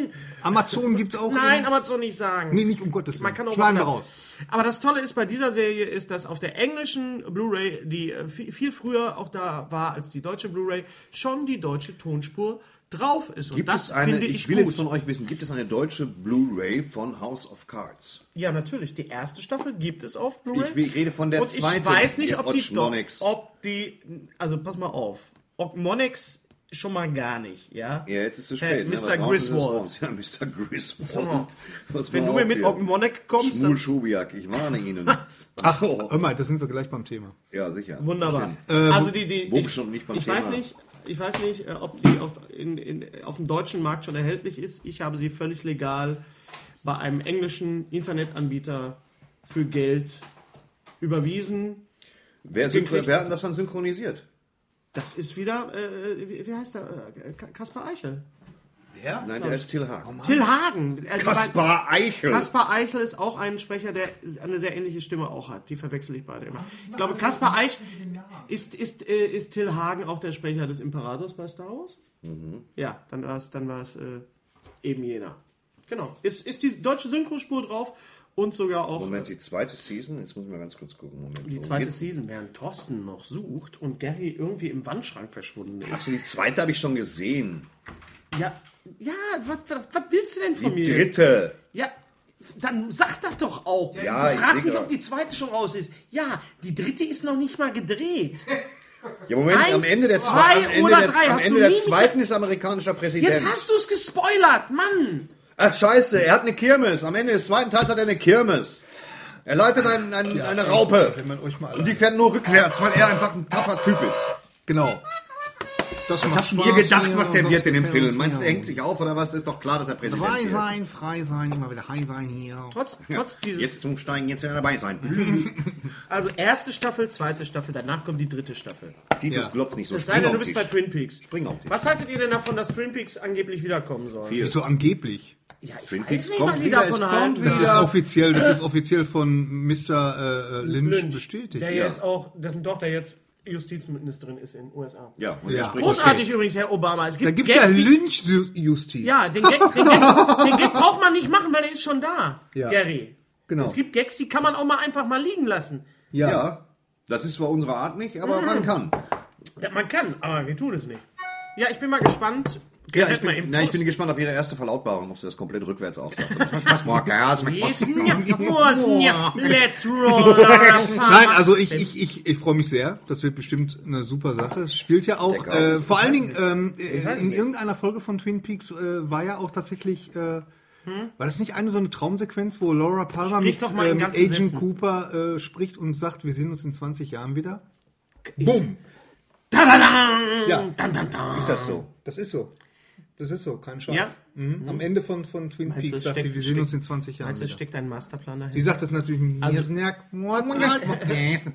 Amazon gibt's auch. Nein, aber so nicht sagen. Nee, nicht um Gottes Willen. Man kann auch Schneiden wir woanders- Aber das Tolle ist bei dieser Serie ist, dass auf der englischen Blu-ray, die äh, viel, viel früher auch da war als die deutsche Blu-ray, schon die deutsche Tonspur drauf ist. Und Gibt das es eine, finde ich, ich, will gut. jetzt von euch wissen, gibt es eine deutsche Blu-ray von House of Cards? ja, natürlich. Die erste Staffel gibt es auf Blu-ray. Ich, will- ich rede von der Und ich zweiten. weiß nicht, der ob die, Otschmonix. ob die, also pass mal auf, Ogmonix schon mal gar nicht, ja? Ja, jetzt ist es zu spät. Äh, ne? Mr. Was raus ist, ist Griswold. raus. Ja, Mr. Griswold. Sag mal, Pass Wenn mal du mir auf mit hier. Ogmonix kommst, Schmul dann Schubiak, ich warne Ihnen. Ach, hör mal, da sind wir gleich beim Thema. Ja, sicher. Wunderbar. also die, die Wupp ich, schon nicht beim ich Thema. weiß nicht, ich weiß nicht, äh, ob die auf, in, in, auf dem deutschen Markt schon erhältlich ist. Ich habe sie völlig legal bei einem englischen Internetanbieter für Geld überwiesen. Wer, synchro- gekriegt. wer hat denn das dann synchronisiert? Das ist wieder, äh, wie, wie heißt der? Äh, Ka- Kaspar Eichel. Nein, der ist Till Haag. Till Hagen. Äh, die beiden- Kaspar Eichel. Oh Kaspar Eichel ist auch ein Sprecher, der eine sehr ähnliche Stimme auch hat. Die verwechsel ich beide immer. Ich glaube, Kaspar Eich ist, ist, äh, ist Till Hagen auch der Sprecher des Imperators bei Star Wars? Mhm. Ja, dann war es dann war's, äh, eben jener. Genau. Ist, ist die deutsche Synchrospur drauf und sogar auch Moment, die zweite Season, jetzt muss ich mal ganz kurz gucken. Moment. die zweite Season, während Thorsten noch sucht und Gary irgendwie im Wandschrank verschwunden ist. Achso, die zweite habe ich schon gesehen. Ja, ja was, was, was willst du denn von Die mir? dritte. Ja, dann sag das doch auch. Ja, du ich fragst seh mich, grad. ob die zweite schon raus ist. Ja, die dritte ist noch nicht mal gedreht. Ja, Moment, am Eins, Ende der, zwe- zwei am Ende oder der, drei, am hast Ende du der nie mit- zweiten ist amerikanischer Präsident. Jetzt hast du es gespoilert, Mann. Ach, scheiße, er hat eine Kirmes. Am Ende des zweiten Teils hat er eine Kirmes. Er leitet einen, einen, also, eine Wenn Raupe. man euch mal. Und die fährt nur rückwärts, weil er einfach ein taffer Typ ist. genau. Das Was habt ihr gedacht, was der wird in dem Film? Meinst du, er hängt sich auf oder was? Ist doch klar, dass er Präsident Frei ist. sein, frei sein, immer wieder high sein hier. Trotz, trotz dieses. Jetzt zum Steigen, jetzt wieder dabei sein. Also erste Staffel, zweite Staffel, danach kommt die dritte Staffel. Titus Ja. glotzt nicht so Es sei denn, du bist bei Tisch. Twin Peaks. Spring auf den Was haltet ihr denn davon, dass Twin Peaks angeblich wiederkommen soll? Viel. Bist du angeblich? Ja, ich Twin weiß Peaks nicht, kommt was die wieder, davon es halten. kommt Das wieder. ist offiziell, das ist offiziell von Mr. Äh, äh, Lynch, Lynch, bestätigt. Der ja. jetzt auch, dessen Tochter jetzt Justizministerin ist in den USA. Ja, und Ja. er spricht Großartig übrigens, Herr Obama. Es gibt Da gibt's ja Gags, die- Lynch-Justiz. Ja, den Gag, den, Gag, den Gag braucht man nicht machen, weil er ist schon da, Ja. Gary. Genau. Es gibt Gags, die kann man auch mal einfach mal liegen lassen. ja. Ja, das ist zwar unsere Art nicht, aber Mhm. man kann. Ja, man kann, aber wir tun es nicht. Ja, ich bin mal gespannt. Ja, Gerrit ich, bin, eben na, ich bin Post. gespannt auf Ihre erste Verlautbarung, ob Sie das komplett rückwärts aufsagt. Spaß, Yes, yeah, was, yeah. Let's roll. Nein, Nein, also ich, ich, ich, ich freue mich sehr. Das wird bestimmt eine super Sache. Es spielt ja auch, Graus äh, ist- vor allen Dingen, ähm, äh, in irgendeiner Folge von Twin Peaks äh, war ja auch tatsächlich, äh, war das nicht eine so eine Traumsequenz, wo Laura Palmer Hm? Sprich mit doch mal in ähm, ganzen Agent Sätzen. Cooper äh, spricht und sagt, wir sehen uns in 20 Jahren wieder? Ja. Ist das so? Das ist so. Das ist so, kein Scheiß. Ja. Mhm. Am Ende von, von Twin Meinst du, Peaks es sagt sie, steckt- wir sehen steckt- uns in 20 Jahren Also es wieder. steckt ein Masterplan Die dahin. sagt das natürlich nicht. Also- Das merkt-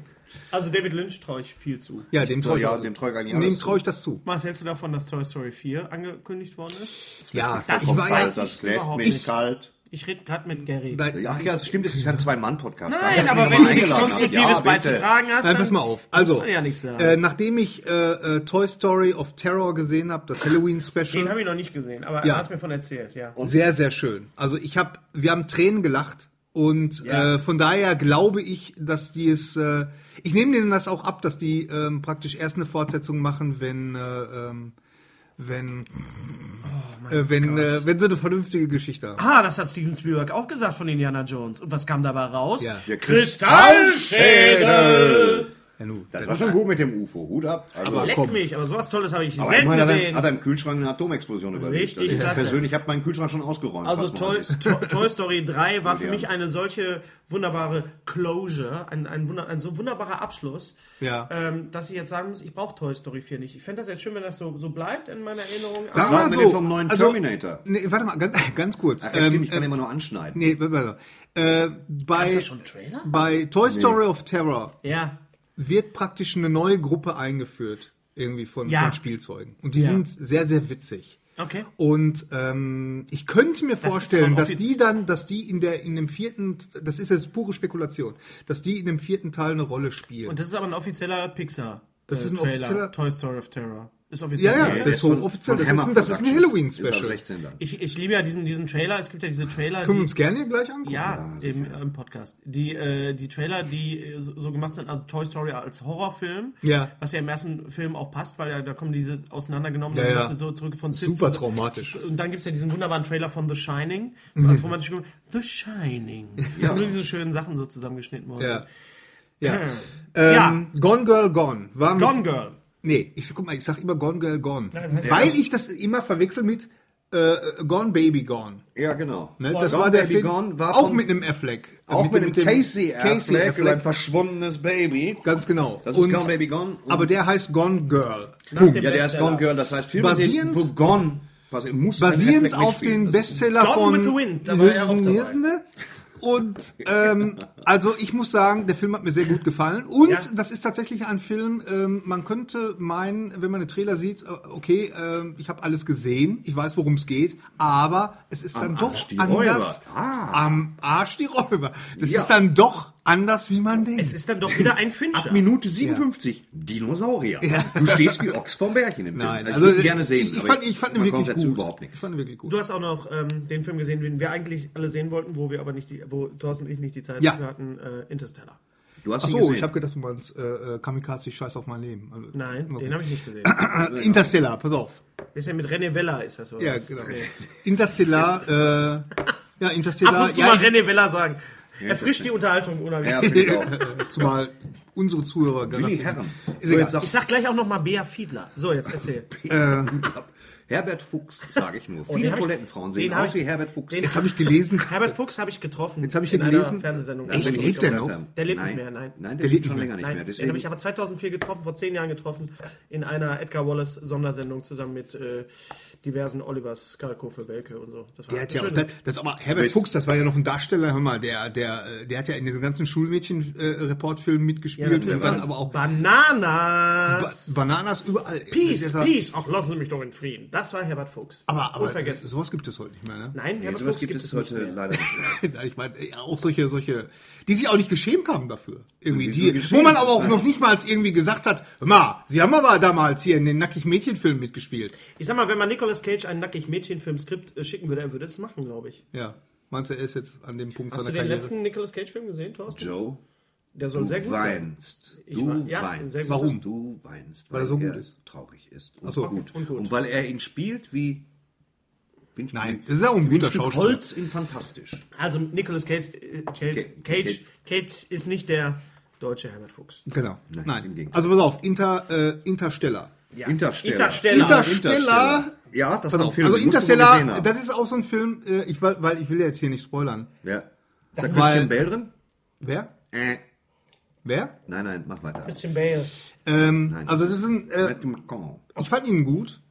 Also David Lynch traue ich viel zu. Ja, dem traue ich, Ja, dem traue ich eigentlich dem alles trau ich das zu. Was hältst du davon, dass Toy Story 4 angekündigt worden ist? Ja, Das ich kommt war bald. ja Kalt, das ich lässt überhaupt mich nicht. kalt. Ich rede gerade mit Gary. Nein, Ach ja, das stimmt, es ist ein Zwei-Mann-Podcast. Nein, Da hab ich aber wenn mich du noch nichts eingeladen. Konstruktives Ja, bitte. beizutragen hast, Nein, dann pass mal auf. Also, man ja nichts sagen. äh, nachdem ich äh, äh, Toy Story of Terror gesehen habe, das Den Halloween-Special, habe ich noch nicht gesehen, aber Ja. er hat mir von erzählt, ja. sehr, sehr schön. Also ich habe, wir haben Tränen gelacht und Ja. äh, von daher glaube ich, dass die es, äh, ich nehme denen das auch ab, dass die ähm, praktisch erst eine Fortsetzung machen, wenn äh, ähm, wenn, Oh äh, wenn, äh, wenn sie eine vernünftige Geschichte haben. Ah, das hat Steven Spielberg auch gesagt von Indiana Jones. Und was kam dabei raus? Ja. Kristallschädel! Ja, nu, Das war schon gut mit dem UFO. Hut ab. Also, Leck mich, aber sowas Tolles habe ich aber selten immerhin hat, er, gesehen. hat er im Kühlschrank eine Atomexplosion überlebt. Also, Richtig ich klasse. persönlich habe meinen Kühlschrank schon ausgeräumt. Also falls mal Toy, was ist. To- Toy Story 3 war für Ja. mich eine solche wunderbare Closure, ein, ein, wunder, ein so wunderbarer Abschluss, Ja. ähm, dass ich jetzt sagen muss, ich brauche Toy Story 4 nicht. Ich fände das jetzt schön, wenn das so, so bleibt in meiner Erinnerung. Was Aber- sagen wir denn vom neuen also Terminator? Nee, warte mal, ganz, ganz kurz. Ach, ja, stimmt, Ähm, ich kann immer nur anschneiden. Nee, warte mal. Äh, bei, Ist das schon ein Trailer? bei Toy Story of Terror Ja. wird praktisch eine neue Gruppe eingeführt, irgendwie von, Ja. von Spielzeugen. Und die sind sehr, sehr witzig. Okay. Und ähm, ich könnte mir ist vorstellen, aber dass offiz- die dann, dass die in der in dem vierten, das ist jetzt pure Spekulation, dass die in dem vierten Teil eine Rolle spielen. Und das ist aber ein offizieller Pixar. Das äh, ist ein Trailer. offizieller- Toy Story of Terror. Ist offiziell. ja, ja, Okay. das ist hochoffiziell. Das, ist ein- das ist ein Ist ab Halloween-Special. 16 dann. Ich, ich liebe ja diesen, diesen Trailer. Es gibt ja diese Trailer, Können wir die, uns gerne hier gleich angucken. Ja, im, im Podcast. Die, äh, die Trailer, die äh, so, so gemacht sind, also Toy Story als Horrorfilm, Ja. was ja im ersten Film auch passt, weil ja, da kommen diese auseinandergenommenen Ja, ja. Sätze so zurück von Sid Super zu- traumatisch. Mhm. Und dann gibt's ja diesen wunderbaren Trailer von The Shining, so als romantische Komödie. The Shining. Ja. Nur diese schönen Sachen so zusammengeschnitten worden. Ja. Ja. Ja. Ähm, Gone Girl Gone. War mit- Gone Girl. Nee, ich guck mal, ich sag immer Gone Girl Gone. weil ich das immer verwechsel mit äh, Gone Baby Gone. Ja, genau. Ne? Gone Das war der Baby Film, Gone war auch von- mit einem Affleck. Äh, Auch mit, dem, Casey, Casey Affleck, über ein Affleck. verschwundenes Baby. Ganz genau. Das ist Gone Baby Gone. Und- aber der heißt Gone Girl. Ja, der ist Gone Girl, das heißt Film, Basierend- den- wo Gone basi- muss Ben Basierend Affleck auf mitspielen. den Bestseller Gone von with the Wind, da war er auch dabei. Hilsner. Und ähm, also ich muss sagen, der Film hat mir sehr gut gefallen. Und Ja. das ist tatsächlich ein Film, ähm, man könnte meinen, wenn man den Trailer sieht, äh, okay, ähm, ich habe alles gesehen, ich weiß, worum es geht, aber es ist dann doch Arsch die anders. Räuber. Ah. Am Arsch die Räuber. Das Ja. ist dann doch anders, wie man denkt. Es ist dann doch wieder ein Fincher. Ab Minute 57, Dinosaurier. Du stehst wie Ochs vom Bärchen im Film. Nein, also, ich würde ihn gerne sehen. Ich, ich aber fand, ich fand ihn man kommt wirklich dazu gut. überhaupt Ich nichts. fand ihn wirklich gut. Du hast auch noch ähm, den Film gesehen, den wir eigentlich alle sehen wollten, wo wir aber nicht die, wo Thorsten und ich nicht die Zeit Ja. dafür hatten, äh, Interstellar. Du hast Ach ihn so, gesehen. ich habe gedacht, du meinst äh, äh, Kamikaze, ich scheiß auf mein Leben. Also, Nein, okay. den habe ich nicht gesehen. Äh, Interstellar, pass auf. Ist ja mit René Vella, ist das so? Ja, genau. Interstellar, äh, ja, Interstellar. Ab und zu ja, mal ich- René Vella sagen. Erfrischt die Unterhaltung unheimlich. ja, finde ich auch. Zumal unsere Zuhörer Willi garantiert- Herren. Ist egal. jetzt sag, Ich sag gleich auch nochmal Bea Fiedler. So, jetzt erzähl. Äh. Herbert Fuchs, sage ich nur. den Viele hab ich- Toilettenfrauen sehen den hab aus ich- wie Herbert Fuchs. den- Jetzt habe ich gelesen, Herbert Fuchs habe ich getroffen. Jetzt hab ich in hier einer gelesen. Fernsehsendung. Das will ich Echt, nicht lebt der gesagt noch? haben. Der lebt nein, nicht mehr, nein. Nein, der, Der lebt lebt schon nicht länger nicht Nein, mehr. den habe Deswegen, ich aber 2004 getroffen, vor zehn Jahren getroffen, in einer Edgar Wallace Sondersendung zusammen mit äh, diversen Olivers, Karl Kofel, Belke und so. Das war der hat ja auch, schön. das, das aber Herbert Weißt- Fuchs, das war ja noch ein Darsteller, hör mal, der, der, äh, der hat ja in diesen ganzen Schulmädchen-Reportfilmen mitgespielt Ja, und dann aber auch ba Bananas! Bananas überall. Der Peace, sagt, Peace! Ach, lassen Sie mich doch in Frieden. Das war Herbert Fuchs. Aber, aber Unvergessen. sowas gibt es heute nicht mehr, ne? Nein, nee, Herbert sowas Fuchs gibt es heute nicht mehr. leider nicht mehr. Ich meine, äh, auch solche, solche, die sich auch nicht geschämt haben dafür. Irgendwie, Wieso die, geschämt? wo man aber auch Das noch heißt- nicht mal irgendwie gesagt hat, "Hör mal, sie haben aber damals hier in den Nackig-Mädchen-Film mitgespielt. Ich sag mal, wenn man Nicolas Cage einen nackig Mädchenfilmskript äh, schicken würde, er würde es machen, glaube ich. Ja, meinst du, er ist jetzt an dem Punkt Hast du seiner den Karriere? letzten Nicolas Cage Film gesehen, Thorsten? Joe, Der soll du sehr gut sein. weinst. Ich Du war- ja, weinst. sehr gut. Warum? Du weinst, Weil er so gut ist. traurig ist. Ach so. gut. Und Und, gut. weil er ihn spielt wie... wie ein Nein, Stück- das ist ja auch ein wie ein guter Stück Schauspieler. Holz in Fantastisch. Also Nicolas Cage, äh, Cage, Ca- Cage, Cage ist nicht der deutsche Herbert Fuchs. Genau. Nein, Nein, im Gegenteil. also pass auf, Inter, äh, Interstellar. Ja. Interstellar. Interstellar. Interstellar. Ja, das Pass war ein auf, Film. also den musst du mal gesehen Interstellar, haben. das ist auch so ein Film, äh, ich, weil, weil ich will jetzt hier nicht spoilern. Ja. Ist da Weil- Christian Bale drin? Wer? Äh. Wer? Nein, nein, mach weiter. Äh, Christian Bale. Ähm, Nein, also das ist ein, äh, Matthew McConaughey. Ich fand ihn gut.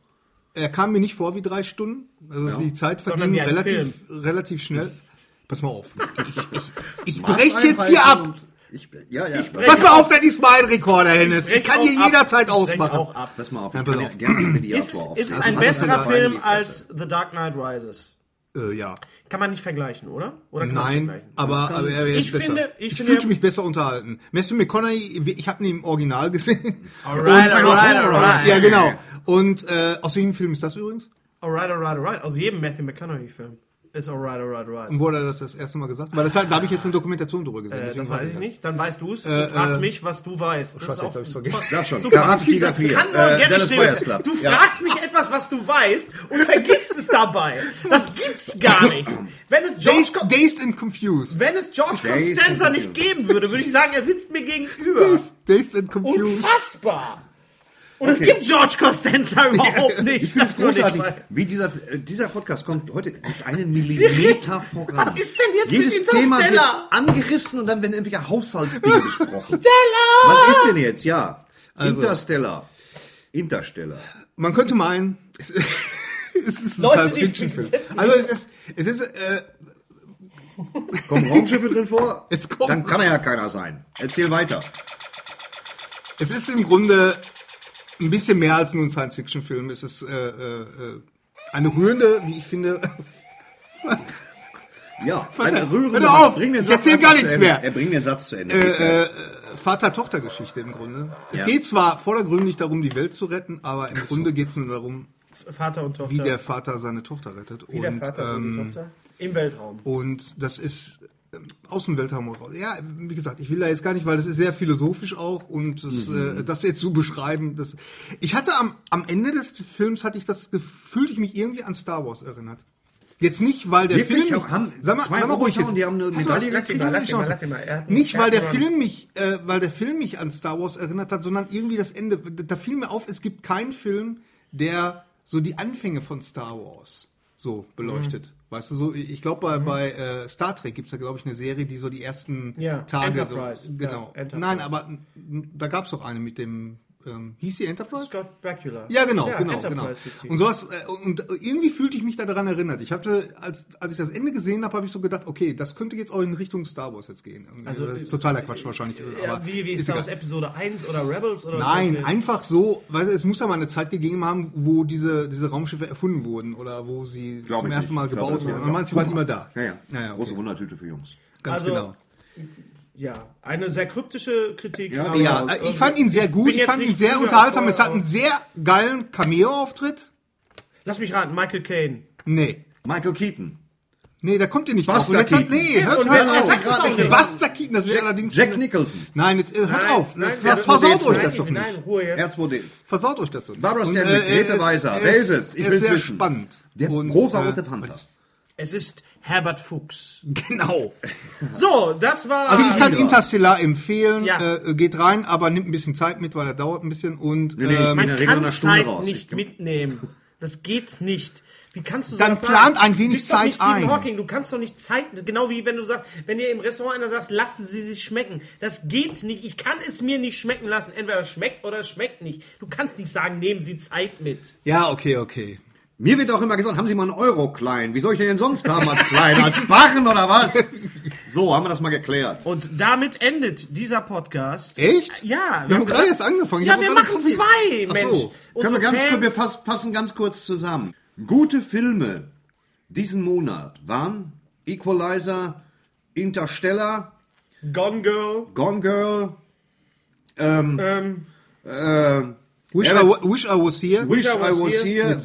Er kam mir nicht vor wie drei Stunden. Also die Zeit verging Sondern wie ein relativ, relativ schnell. Pass mal auf. Ich, ich, ich Mach brech jetzt einfach hier ab. und- Ich, ja, ja. Ich Pass mal auf, das ist mein Rekorder, Hennes. Ich Brech kann hier auch ab. jederzeit Brech auch ausmachen. ab. Pass mal auf, Ja, ich pass kann ja auf. Also gerne einen Mediator Ist es, ist es aufgreifen. ein Mach das besserer in der Film Beine, die als Fresse. The Dark Knight Rises? Äh, ja. Kann man nicht vergleichen, oder? oder kann man Nein, vergleichen? aber, aber er ist Ich besser. finde- ich ich finde- fühlte mich besser unterhalten. Matthew McConaughey, ich habe ihn im Original gesehen. Alright, Und- alright, alright. Ja, genau. Und äh, aus welchem Film ist das übrigens? Alright, alright, alright. Aus jedem Matthew McConaughey-Film. Ist alright, alright, alright. Und wurde das das erste Mal gesagt? Weil das, da habe ich jetzt eine Dokumentation drüber gesehen. Äh, deswegen das weiß ich das. nicht. Dann weißt du es. Du fragst mich, was du weißt. Das Äh, Oh, Scheiße, jetzt habe ich vergessen. Sag schon, Super. Karate Tiger das 4, kann nur äh, äh, Gary Dallas Schneemann. Buyers Club. Du Ja. fragst mich etwas, was du weißt und vergisst es dabei. Das gibt's gar nicht. Wenn es George, Dazed, dazed and Confused. wenn es George Days and Constanza nicht geben würde, würde ich sagen, er sitzt mir gegenüber. Dazed and Confused. Unfassbar. Und es gibt George Costanza überhaupt nicht. Ich finde es Das würde großartig, mal- wie dieser, äh, dieser Podcast kommt heute nicht einen Millimeter voran. Was ist denn jetzt Jedes mit Thema wird Interstellar? angerissen und dann werden irgendwelche Haushaltsdinge besprochen. Stella! Was ist denn jetzt? Ja, Also. Interstellar. Interstellar. Man könnte meinen, es ist, es ist ein Leute, die Science-Fiction-Film. sitzen- Also es ist, es ist, äh, Kommen Raumschiffe drin vor? Es kommt- Dann kann er ja keiner sein. Erzähl weiter. es ist im Grunde ein bisschen mehr als nur ein Science-Fiction-Film. Es ist äh, äh, äh, eine rührende, wie ich finde, Ja, Warte, ein rührender- hör auf! bring den Ich Satz erzähl einfach gar zu nichts Ende. mehr. Er bringt den Satz zu Ende. äh, äh, Vater-Tochter-Geschichte im Grunde. Es Ja. geht zwar vordergründig darum, die Welt zu retten, aber im Grunde geht es nur darum, Vater und Tochter. wie der Vater seine Tochter rettet. Wie der und, ähm, Oh. Vater so die Tochter. Im Weltraum. Und das ist ähm, aus dem Weltraum raus. Ja, wie gesagt, ich will da jetzt gar nicht, weil das ist sehr philosophisch auch und das, äh, das jetzt zu beschreiben, das. Ich hatte am, am Ende des Films hatte ich das Gefühl, ich mich irgendwie an Star Wars erinnert. Jetzt nicht, weil der Wirklich? Film. mich- Haben zwei Roboter und die haben eine Warte mal, Medaille lass mich gekriegt? mal Lass ihn mal, die lass ihn mal. Chance. Er hat einen Nicht, weil der Captain Film mich, äh, weil der Film mich an Star Wars erinnert hat, sondern irgendwie das Ende. Da fiel mir auf, es gibt keinen Film, der so die Anfänge von Star Wars so Mhm. beleuchtet. Weißt du, so ich glaube bei, bei äh, Star Trek gibt's da glaube ich eine Serie, die so die ersten Ja, Tage Enterprise. so genau. Ja, Enterprise. Nein, aber n- n- da gab's doch eine mit dem ähm, hieß die Enterprise? Scott Bakula. Ja, genau, genau, genau. Enterprise hieß die. Und sowas, äh, und irgendwie fühlte ich mich da daran erinnert. Ich hatte, als, als ich das Ende gesehen habe, habe ich so gedacht, okay, das könnte jetzt auch in Richtung Star Wars jetzt gehen. Irgendwie. Also, das äh, ist totaler Quatsch wahrscheinlich. ja, aber wie, wie ist ist das aus egal. Episode 1 oder Rebels oder Nein, so? einfach so, weil es muss ja mal eine Zeit gegeben haben, wo diese, diese Raumschiffe erfunden wurden oder wo sie Glaube zum ich ersten nicht. Mal Ich glaube, gebaut das wurden. war- Und manche waren immer da. Ja, ja. Naja, Große okay. Wundertüte für Jungs. Ganz Also, genau. Ja, eine sehr kryptische Kritik. Ja, aber- Ja, äh, ich fand ihn sehr gut, also bin ich jetzt fand ihn nicht sehr früher unterhaltsam. als Es hat einen sehr geilen Cameo-Auftritt. Lass mich raten, Michael Caine. Nee. Michael Keaton. Nee, da kommt ihr nicht Buster drauf. Und jetzt hat, Keaton. nee, hört und hört er- er auf. sagt das auch nicht. Buster Keaton, das wäre allerdings... Jack Nicholson. Nein, jetzt äh, hört auf. nein, Ver- wir- versaut wir- euch nein, das doch nicht. Nein, Ruhe jetzt. R2D. Versaut euch das doch nicht. Barbara Und, äh, Stanwyck, Grete es- Weiser, es- wer ist es? Ich es will's ist sehr wissen. spannend. Der Und, rosarote äh, Panther. Es ist Herbert Fuchs. Genau. So, das war. Also ich kann Hydra. Interstellar empfehlen. Ja. Äh, geht rein, aber nimmt ein bisschen Zeit mit, weil er dauert ein bisschen. Und nee, ähm, ich meine- in man der Regel kann nach Stunde Zeit raus. Ich nicht glaub- mitnehmen. Das geht nicht. Wie kannst du Dann sowas plant sagen? ein wenig Du bist doch Zeit nicht Stephen ein. Hawking, du kannst doch nicht Zeit, genau wie wenn du sagst, wenn dir im Restaurant einer sagt, lassen Sie sich schmecken. Das geht nicht. Ich kann es mir nicht schmecken lassen. Entweder es schmeckt oder es schmeckt nicht. Du kannst nicht sagen, nehmen Sie Zeit mit. ja, okay, okay. Mir wird auch immer gesagt, haben Sie mal einen Euro klein. Wie soll ich denn den sonst haben als klein? Als Barren oder was? So, haben wir das mal geklärt. Und damit endet dieser Podcast. Echt? Ja, Wir haben gerade erst angefangen. Ja, Ich wir hab gerade machen probiert. zwei, Ach Mensch. so. Können Unsere wir ganz kurz, Fans- wir fass, fassen ganz kurz zusammen. Gute Filme diesen Monat waren Equalizer, Interstellar, Gone Girl. Gone Girl, Ähm, äh, Wish, I, wa- wish I was here. Wish I Was Was Here. Here,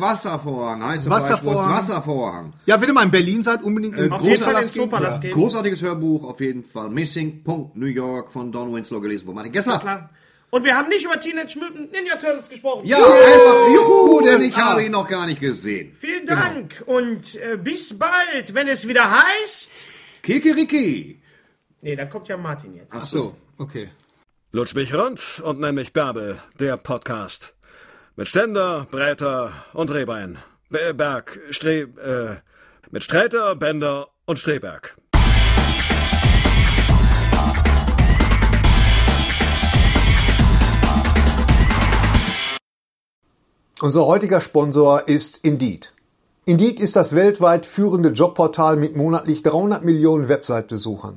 Zac Braff. Wasservorhang, heiße Wasservorhang. Wasservorhang. Wasservorhang. Ja, wenn ihr mal in Berlin seid, unbedingt in auf den jeden Fall ins Palast gehen. Zoopalast gehen. Großartiges Hörbuch, auf jeden Fall. Missing, Punkt, New York von Don Winslow gelesen, wo Martin Gessler. klar. Und wir haben nicht über Teenage Mutant Ninja Turtles gesprochen. Ja, einfach, juhu, denn ich USA. habe ihn noch gar nicht gesehen. Vielen Dank und äh, bis bald, wenn es wieder heißt. Kikeriki. Nee, da kommt ja Martin jetzt. Ach so, okay. Lutsch mich rund und nenn mich Bärbel, der Podcast. Mit Ständer, Breiter und Rehbein. Be- Berg, Stre... Äh, mit Streiter, Bender und Streberg. Unser heutiger Sponsor ist Indeed. Indeed ist das weltweit führende Jobportal mit monatlich 300 Millionen Website-Besuchern.